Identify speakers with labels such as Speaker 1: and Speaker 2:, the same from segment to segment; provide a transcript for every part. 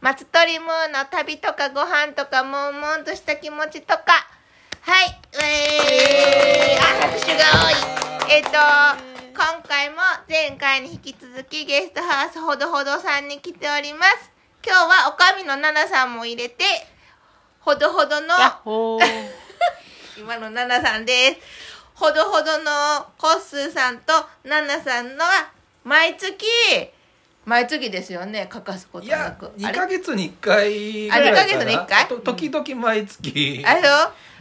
Speaker 1: 松鳥ムーの旅とかご飯とか、もんもんとした気持ちとか。はい、えー、あ、拍手が多い。えっ、と、今回も前回に引き続きゲストハウスほどほどさんに来ております。今日はおかみの奈々さんも入れて、ほどほどの、
Speaker 2: やっ ほー。
Speaker 1: 今のナナさんです。ほどほどのコッスーさんとナナさんのは毎月、毎月ですよね、欠かすこと
Speaker 3: い
Speaker 1: な
Speaker 3: や
Speaker 1: く。
Speaker 3: 2
Speaker 1: あれ
Speaker 3: ヶ月に1回ぐらい
Speaker 1: あ二ヶ月に一回
Speaker 3: と時々毎月
Speaker 1: あれよ、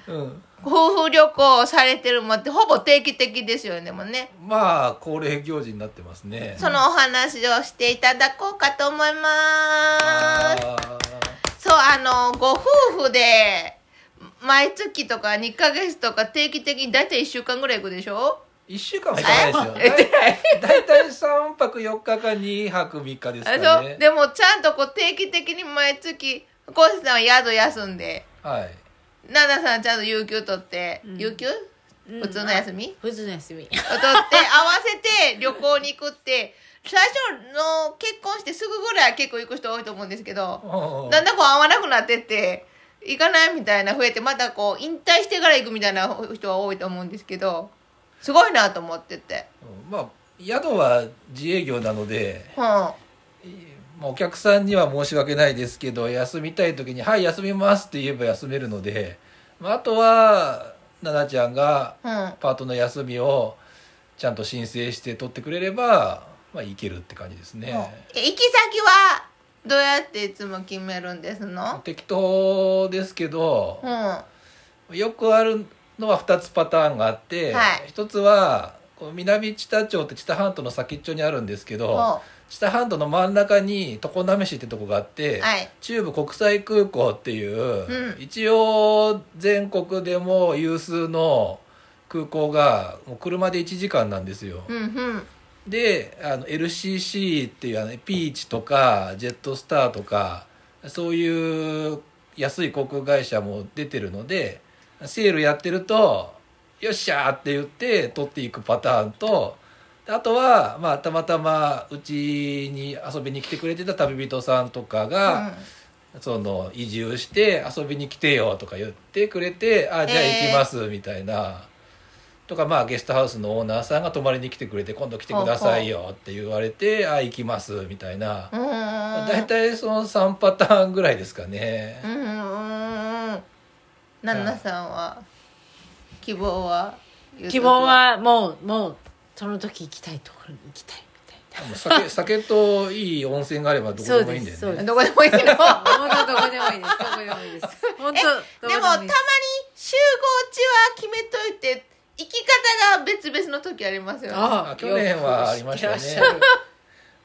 Speaker 3: うん、
Speaker 1: 夫婦旅行をされてるもんってほぼ定期的ですよね、もうね。
Speaker 3: まあ恒例行事になってますね
Speaker 1: そのお話をしていただこうかと思いま
Speaker 3: あ
Speaker 1: す。
Speaker 3: ー
Speaker 1: そう、あの、ご夫婦で、毎月とか2ヶ月とか定期的に大体1週間ぐらい行くでしょ
Speaker 3: 一週間もいかないですよ
Speaker 1: ええ
Speaker 3: だいたい3泊4日か2泊3日ですか
Speaker 1: あそう
Speaker 3: ね
Speaker 1: でもちゃんとこう定期的に毎月コースさんは宿休んで
Speaker 3: はい
Speaker 1: 奈々さんはちゃんと有給取って、
Speaker 2: うん
Speaker 1: 有給
Speaker 2: うん
Speaker 1: 普通の休み、
Speaker 2: 普通の休み。
Speaker 1: を取って合わせて旅行に行くって最初の結婚してすぐぐらい結構行く人多いと思うんですけど、
Speaker 3: うん
Speaker 1: だんだんこう会わなくなってって行かないみたいな増えてまたこう引退してから行くみたいな人は多いと思うんですけどすごいなと思ってて、
Speaker 3: まあ宿は自営業なので
Speaker 1: うん、あ
Speaker 3: まあお客さんには申し訳ないですけど休みたい時に「はい休みます」って言えば休めるので、まあ、あとは奈々ちゃんが
Speaker 1: うん
Speaker 3: パートの休みをちゃんと申請して取ってくれれば、まあ、いけるって感じですね、
Speaker 1: え行き先はどうやっていつも決めるんですの
Speaker 3: 適当ですけど
Speaker 1: う、ん。は
Speaker 3: よくあるのは2つパターンがあって、
Speaker 1: はい
Speaker 3: 一つはこう南知多町って知多半島の先っちょにあるんですけど、知多半島の真ん中に常滑市ってとこがあって、
Speaker 1: はい
Speaker 3: 中部国際空港っていう、
Speaker 1: うん
Speaker 3: 一応全国でも有数の空港がもう車で1時間なんですよ、
Speaker 1: うんうん。
Speaker 3: であの LCC っていうあのピーチとかジェットスターとかそういう安い航空会社も出てるのでセールやってると「よっしゃ!」って言って取っていくパターンとであとは、まあ、たまたまうちに遊びに来てくれてた旅人さんとかが、その移住して遊びに来てよとか言ってくれて「あじゃあ行きます」みたいな。とかまあゲストハウスのオーナーさんが泊まりに来てくれて「今度来てくださいよ」って言われて「あ行きます」みたいな
Speaker 1: うん。うん。
Speaker 3: 大体その3パターンぐらいですかね
Speaker 1: うんうんうんうん。旦那さんは希望は言うとき
Speaker 2: 希望。はもう、もう、その時行きたいところに行きたいみ
Speaker 3: もう酒酒といい温泉があればどこでもいいんだ
Speaker 2: そう
Speaker 3: よ
Speaker 2: です
Speaker 3: ね
Speaker 1: どこでもいいの。でもた ま
Speaker 2: たいな。本当どこでもいいです。どこでもいいです。 本当どこも
Speaker 1: に
Speaker 2: いいです
Speaker 1: 集合地は決めといて行き方が別々の時ありますよね。
Speaker 2: あ
Speaker 3: あ去年はありましたね
Speaker 2: よく知ってらっゃる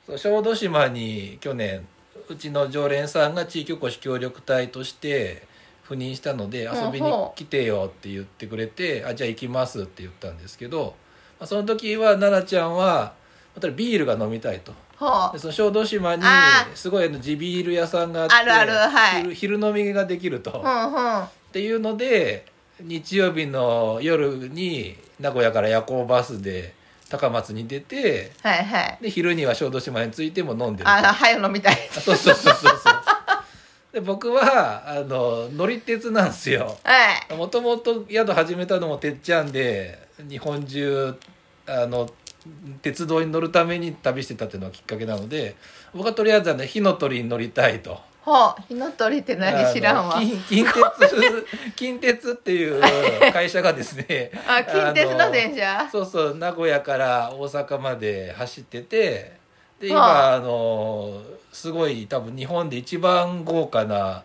Speaker 3: そう小豆島に去年うちの常連さんが地域おこし協力隊として赴任したので
Speaker 1: うん
Speaker 3: 遊びに来てよって言ってくれて「あじゃあ行きます」って言ったんですけどまあその時は奈々ちゃんはやっぱりビールが飲みたいと。
Speaker 1: ほ
Speaker 3: で
Speaker 1: う。
Speaker 3: その小豆島に
Speaker 1: あー
Speaker 3: すごいあの地ビール屋さんがあって
Speaker 1: あるあるはい
Speaker 3: 昼昼飲みができると、
Speaker 1: う
Speaker 3: っ
Speaker 1: んうん。
Speaker 3: ていうので日曜日の夜に名古屋から夜行バスで高松に出て
Speaker 1: はいはい。
Speaker 3: で昼には小豆島に着いても飲んでると
Speaker 1: あ、はよ飲みたい。
Speaker 3: あ そうそうそうそうそうで僕はあの乗り鉄なんですよ
Speaker 1: はい。
Speaker 3: もともと宿始めたのもてっちゃんで日本中あの鉄道に乗るために旅してたっていうのがきっかけなので僕はとりあえずあの火の鳥に乗りたいと
Speaker 1: ほう。火の鳥って何知らんわ。
Speaker 3: あの 近近鉄近鉄っていう会社がですね
Speaker 1: あ、近鉄の電
Speaker 3: あ
Speaker 1: 車
Speaker 3: の。そうそう名古屋から大阪まで走っててで今、
Speaker 1: は
Speaker 3: あ、のすごい多分日本で一番豪華な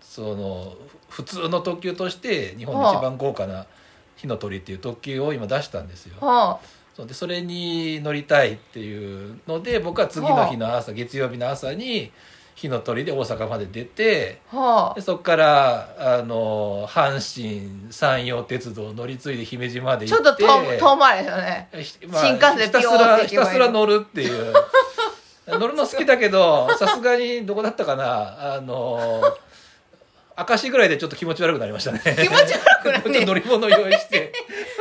Speaker 3: そのふ普通の特急として日本で一番豪華な火の鳥っていう特急を今出したんですよ。
Speaker 1: ほ
Speaker 3: そうでそれに乗りたいっていうので僕は次の日の朝月曜日の朝に火の鳥で大阪まで出て
Speaker 1: う。ほ
Speaker 3: でそこからあの阪神山陽鉄道を乗り継いで姫路まで
Speaker 1: う。
Speaker 3: 行
Speaker 1: ちょ
Speaker 3: っ
Speaker 1: っと
Speaker 3: て
Speaker 1: 遠遠回りですよね。
Speaker 3: ひ
Speaker 1: 新幹線
Speaker 3: ひたす
Speaker 1: ピヨー
Speaker 3: ら
Speaker 1: って
Speaker 3: ひ
Speaker 1: 行けばいいの
Speaker 3: たすら乗るっていう 乗るの好きだけどさすがにどこだったかなあの明石ぐらいでちょっと気持ち悪くなりましたね
Speaker 1: 気持ち悪くなる
Speaker 3: ちょっと乗り物用意して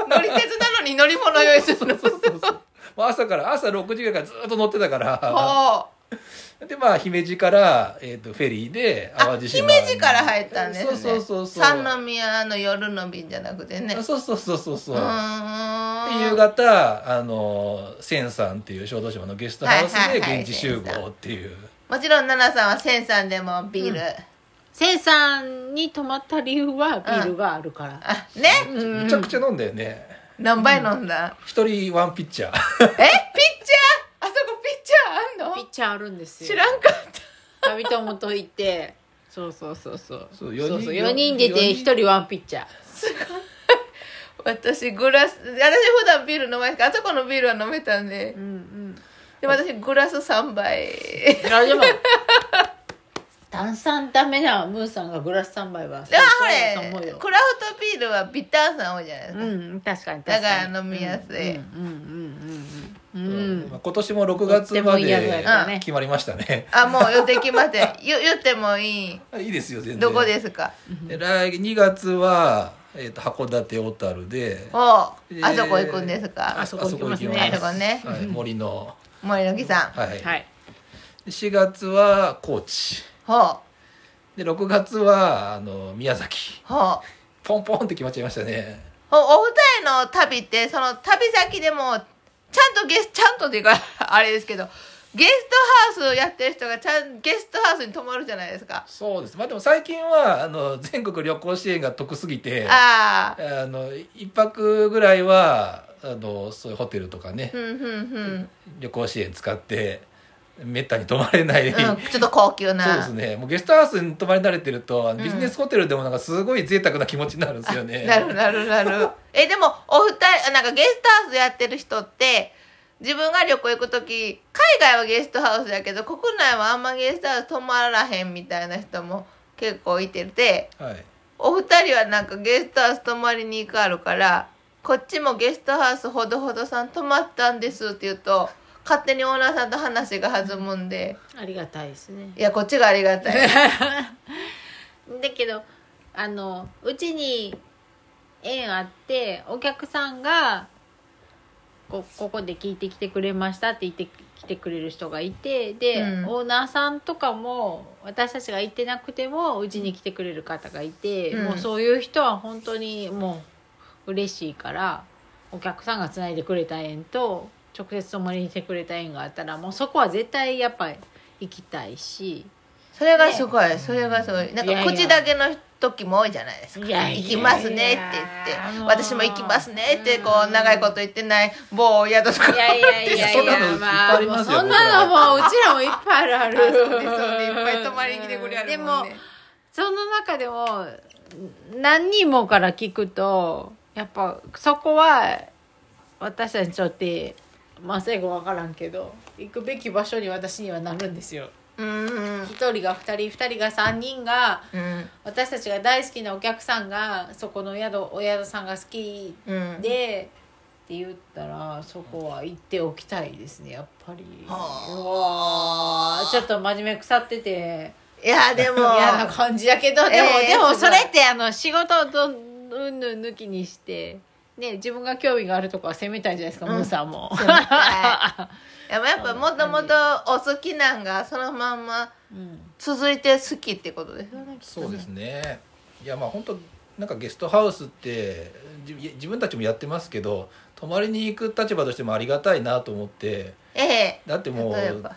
Speaker 1: 乗り鉄なのに乗り物用意するの。
Speaker 3: そうそうそうもう朝から朝6時ぐらいからずっと乗ってたから
Speaker 1: ほ
Speaker 3: でまあ姫路から、えー、とフェリーで
Speaker 1: あ
Speaker 3: 淡
Speaker 1: 姫
Speaker 3: 路島
Speaker 1: 路から入ったんですね
Speaker 3: そうそうそうそう
Speaker 1: 三宮の夜の便じゃなくてね
Speaker 3: あ
Speaker 1: う
Speaker 3: そうそうそうそうそう
Speaker 1: ー
Speaker 3: で
Speaker 1: ん
Speaker 3: 夕方あのセンさんっていう小豆島のゲストハウス
Speaker 1: はいはいは
Speaker 3: で
Speaker 1: い
Speaker 3: 現地集合っていう、
Speaker 1: もちろん奈々さんは千さんでもビール、
Speaker 2: うんセンさんに泊まった理由はビールがあるから、
Speaker 1: あね
Speaker 2: うん
Speaker 3: めちゃくちゃ飲んだよね
Speaker 1: 何杯飲んだ、
Speaker 3: 一人ワンピッチャー
Speaker 1: えピッチャーあそこピッチャーあん
Speaker 2: ピッ
Speaker 1: の
Speaker 2: チャーあるんですよ
Speaker 1: 知らんかった
Speaker 2: 旅友と行ってそうそうそうそう
Speaker 3: そう四人
Speaker 2: そうそう4人出て
Speaker 3: 四
Speaker 2: 1
Speaker 3: 人
Speaker 2: 人ワンピッチャー
Speaker 1: 私グラス私普段ビール飲まないからあそこのビールは飲めたんで
Speaker 2: うんうん
Speaker 1: で私グラス3杯
Speaker 2: あでも 炭酸ダメなムーさんがグラス3杯はそ
Speaker 1: でもほ
Speaker 2: うだと思う
Speaker 1: れ
Speaker 2: よ
Speaker 1: クラフトビールはビターさん多いじゃないですか、
Speaker 2: うん確かに確か
Speaker 1: だ
Speaker 2: に
Speaker 1: から飲みやすい、
Speaker 2: うんうんうんうんうんうん
Speaker 3: まあ今年も6月ま
Speaker 2: とっても嫌だ
Speaker 3: で
Speaker 2: よね
Speaker 3: 決まりましたね
Speaker 1: あもう予定決まって 言言ってもいい
Speaker 3: いいですよ全然
Speaker 1: どこですか
Speaker 3: で来2月は、えー、と函館小樽で
Speaker 1: おあ
Speaker 3: え
Speaker 1: そこ行くんですか、
Speaker 2: あそこ行きますね
Speaker 1: あそこね
Speaker 3: はい、森の、
Speaker 1: 森の木さん、
Speaker 3: はい
Speaker 2: はい
Speaker 3: で4月は高知
Speaker 1: ほう
Speaker 3: で6月はあの宮崎
Speaker 1: ほうほう
Speaker 3: ポンポンって決まっちゃいましたね
Speaker 1: お二人の旅ってその旅先でもちゃんとゲスちゃんとっていうか あれですけどゲストハウスをやってる人がちゃんゲストハウスに泊まるじゃないですか、
Speaker 3: そうですまあでも最近はあの全国旅行支援が得すぎて
Speaker 1: ああ
Speaker 3: あの一泊ぐらいはあのそういうホテルとかね、
Speaker 1: ふんふんふん、うん、
Speaker 3: 旅行支援使ってめったに泊まれない、
Speaker 1: ちょっと高級
Speaker 3: そう
Speaker 1: な
Speaker 3: ですねもうゲストハウスに泊まり慣れてるとあの
Speaker 1: うん
Speaker 3: ビジネスホテルでもなんかすごい贅沢な気持ちになるんですよね、
Speaker 1: なるなるなるえでもお二人なんかゲストハウスやってる人って自分が旅行行く時海外はゲストハウスやけど国内はあんまゲストハウス泊まらへんみたいな人も結構いてて
Speaker 3: はい
Speaker 1: お二人はなんかゲストハウス泊まりに行かあるからこっちもゲストハウスほどほどさん泊まったんですって言うと勝手にオーナーさんと話が弾むんで
Speaker 2: ありがたいですね
Speaker 1: いやこっちがありがたい
Speaker 2: だけどあのうちに縁あってお客さんがこここで聞いてきてくれましたって言ってきてくれる人がいてで、
Speaker 1: うん
Speaker 2: オーナーさんとかも私たちが行ってなくてもうちに来てくれる方がいて、
Speaker 1: うん
Speaker 2: もうそういう人は本当にもう嬉しいからお客さんがつないでくれた縁と直接泊まりに来てくれた縁があったらもうそこは絶対やっぱり行きたいし。
Speaker 1: それがすごいそれがすごいなん
Speaker 2: いや
Speaker 1: か
Speaker 2: いや
Speaker 1: 口だけの時も多いじゃないですか
Speaker 2: いやいやいや
Speaker 1: 行きますねって言って
Speaker 2: もう
Speaker 1: 私も行きますねってこ
Speaker 2: う
Speaker 1: うん長いこと言ってない某宿とか
Speaker 2: いやいやいやいや
Speaker 3: そんなのいっぱいあります
Speaker 2: まあもう
Speaker 3: よ
Speaker 2: そんなのもううちらもいっぱいあるある
Speaker 1: あそうですそうですいっぱい泊まりに来てくれはるもんね
Speaker 2: でもその中でも何人もから聞くとやっぱそこは私たちにとってまあ最後分からんけど行くべき場所に私にはなるんですよ
Speaker 1: うんうん
Speaker 2: 一人が二人二人が三人が
Speaker 1: うん
Speaker 2: 私たちが大好きなお客さんがそこの宿お宿さんが好き
Speaker 1: うん
Speaker 2: で、って言ったらそこは行っておきたいですねやっぱりう
Speaker 1: はあ
Speaker 2: わーちょっと真面目腐ってて
Speaker 1: いやでも
Speaker 2: 嫌な感じやけどでも、
Speaker 1: えー
Speaker 2: です
Speaker 1: ご
Speaker 2: も
Speaker 1: い
Speaker 2: それってあの仕事をどんうんぬん抜きにして。ね、自分が興味があるとこは攻めたいじゃないですか、
Speaker 1: うん
Speaker 2: ムーさんも。
Speaker 1: 攻めたやっぱやっぱもともとお好きなんがそのまんま
Speaker 2: うん
Speaker 1: 続いて好きってことですよね
Speaker 3: そうですねいやまあ本当なんかゲストハウスってじ自分たちもやってますけど泊まりに行く立場としてもありがたいなと思って
Speaker 1: ええ
Speaker 3: だっても
Speaker 1: 例え
Speaker 3: う
Speaker 1: ば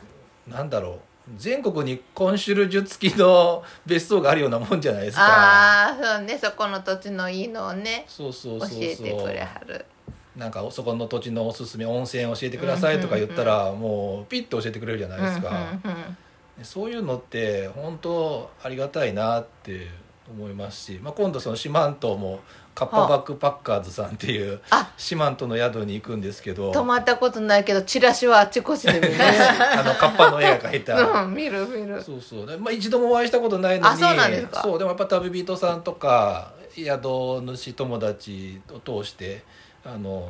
Speaker 3: なんだろう全国にコンシュルジュ付きの別荘があるようなもんじゃないですか
Speaker 1: ああそうねそこの土地のいいのをね
Speaker 3: そうそう
Speaker 1: 教
Speaker 3: そうそう
Speaker 1: えてくれはる
Speaker 3: なんかそこの土地のおすすめ温泉教えてくださいとか言ったら、もうピッと教えてくれるじゃないですか、
Speaker 1: うんうんうん
Speaker 3: そういうのって本当ありがたいなって思いますし、まあ、今度その四万十もカッパバックパッカーズさんっていう
Speaker 1: あ
Speaker 3: 四万十の宿に行くんですけど
Speaker 1: 泊まったことないけどチラシはあちこちで見 る
Speaker 3: あのカッパの絵が描いた
Speaker 1: うん見る見る
Speaker 3: そうそうで、まあ、一度もお会いしたことないのに
Speaker 1: あそうなんですか
Speaker 3: そうでもやっぱ旅人さんとか宿主友達を通してあの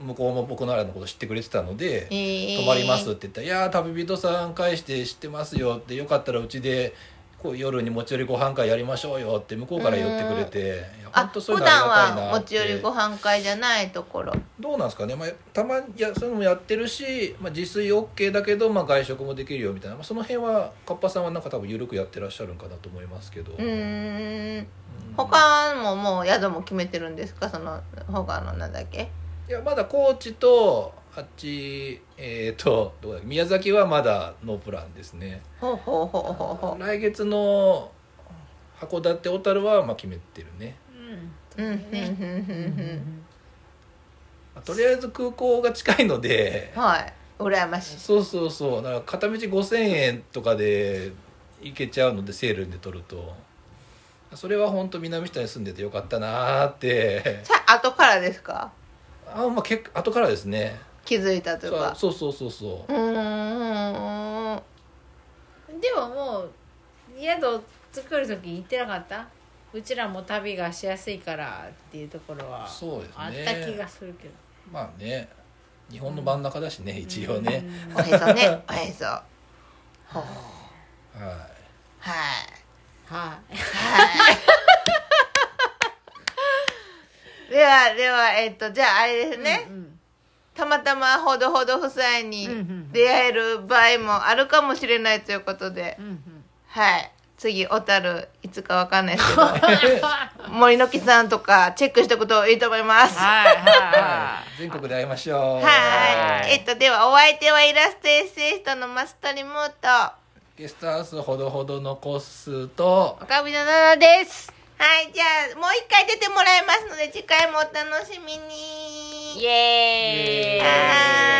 Speaker 3: 向こうも僕のあれのこと知ってくれてたので
Speaker 1: 泊
Speaker 3: 泊まりますって言ったら「いやー旅人さん返して知ってますよ」って「よかったらうちでこう夜に持ち寄りご飯会やりましょうよって向こうから言ってくれて、いや
Speaker 1: あ
Speaker 3: 本当そうい
Speaker 1: 普
Speaker 3: うのあり
Speaker 1: 段
Speaker 3: がたいな
Speaker 1: は持ち寄りご
Speaker 3: 飯
Speaker 1: 飯会じゃないところ
Speaker 3: どうなんですかね、まあ、たまにいやそういうのもやってるし、まあ、自炊 OK だけど、まあ、外食もできるよみたいな、まあ、その辺はかっぱさんはなんか多分緩くやってらっしゃるんかなと思いますけど、
Speaker 1: うーん
Speaker 3: うん
Speaker 1: 他ももう宿も決めてるんですかその他のなんだっけ
Speaker 3: いやまだ高知とあっちえっ、とどうだ宮崎はまだノープランですね
Speaker 1: ほうほうほうほうほ
Speaker 3: 来月の函館小樽はまあ決めてるね
Speaker 1: ううんうんうん
Speaker 2: ね
Speaker 1: う
Speaker 2: うんん
Speaker 3: まあとりあえず空港が近いので
Speaker 1: うんはい羨ましい
Speaker 3: そうそうそうだから片道5000円とかで行けちゃうのでセールで取るとそれは本当南下に住んでてよかったなーって
Speaker 1: さ後からですか
Speaker 3: あまあ結構後からですね
Speaker 1: 気づいたというか
Speaker 3: そうそうそうそう
Speaker 1: うーん
Speaker 2: でももう宿を作る時言ってなかったうちらも旅がしやすいからっていうところは
Speaker 3: そうですね
Speaker 2: あった気がするけど
Speaker 3: まあね日本の真ん中だしね、一応ね、
Speaker 2: うん
Speaker 1: おへそねおへそほう
Speaker 3: は
Speaker 1: はい
Speaker 2: は
Speaker 1: ではではえっとじゃああれで
Speaker 2: い
Speaker 1: すね、
Speaker 2: うん
Speaker 1: たまたまほどほど夫妻に
Speaker 2: うんうん
Speaker 1: 出会える場合もあるかもしれないということで、
Speaker 2: うんうん
Speaker 1: はい次小樽いつかわかんないですけど森の木さんとかチェックしておくといいと思いますは
Speaker 2: はい
Speaker 3: い、
Speaker 2: は
Speaker 3: はいい、全国で会いましょう
Speaker 1: い
Speaker 2: はい
Speaker 1: えっとではお相手はイラストエッセイストのマストリムート
Speaker 3: ゲストハウスほどほどのコスと
Speaker 1: 岡部の奈々ですはいじゃあもう一回出てもらいますので次回もお楽しみに
Speaker 2: イエーイ
Speaker 1: はーい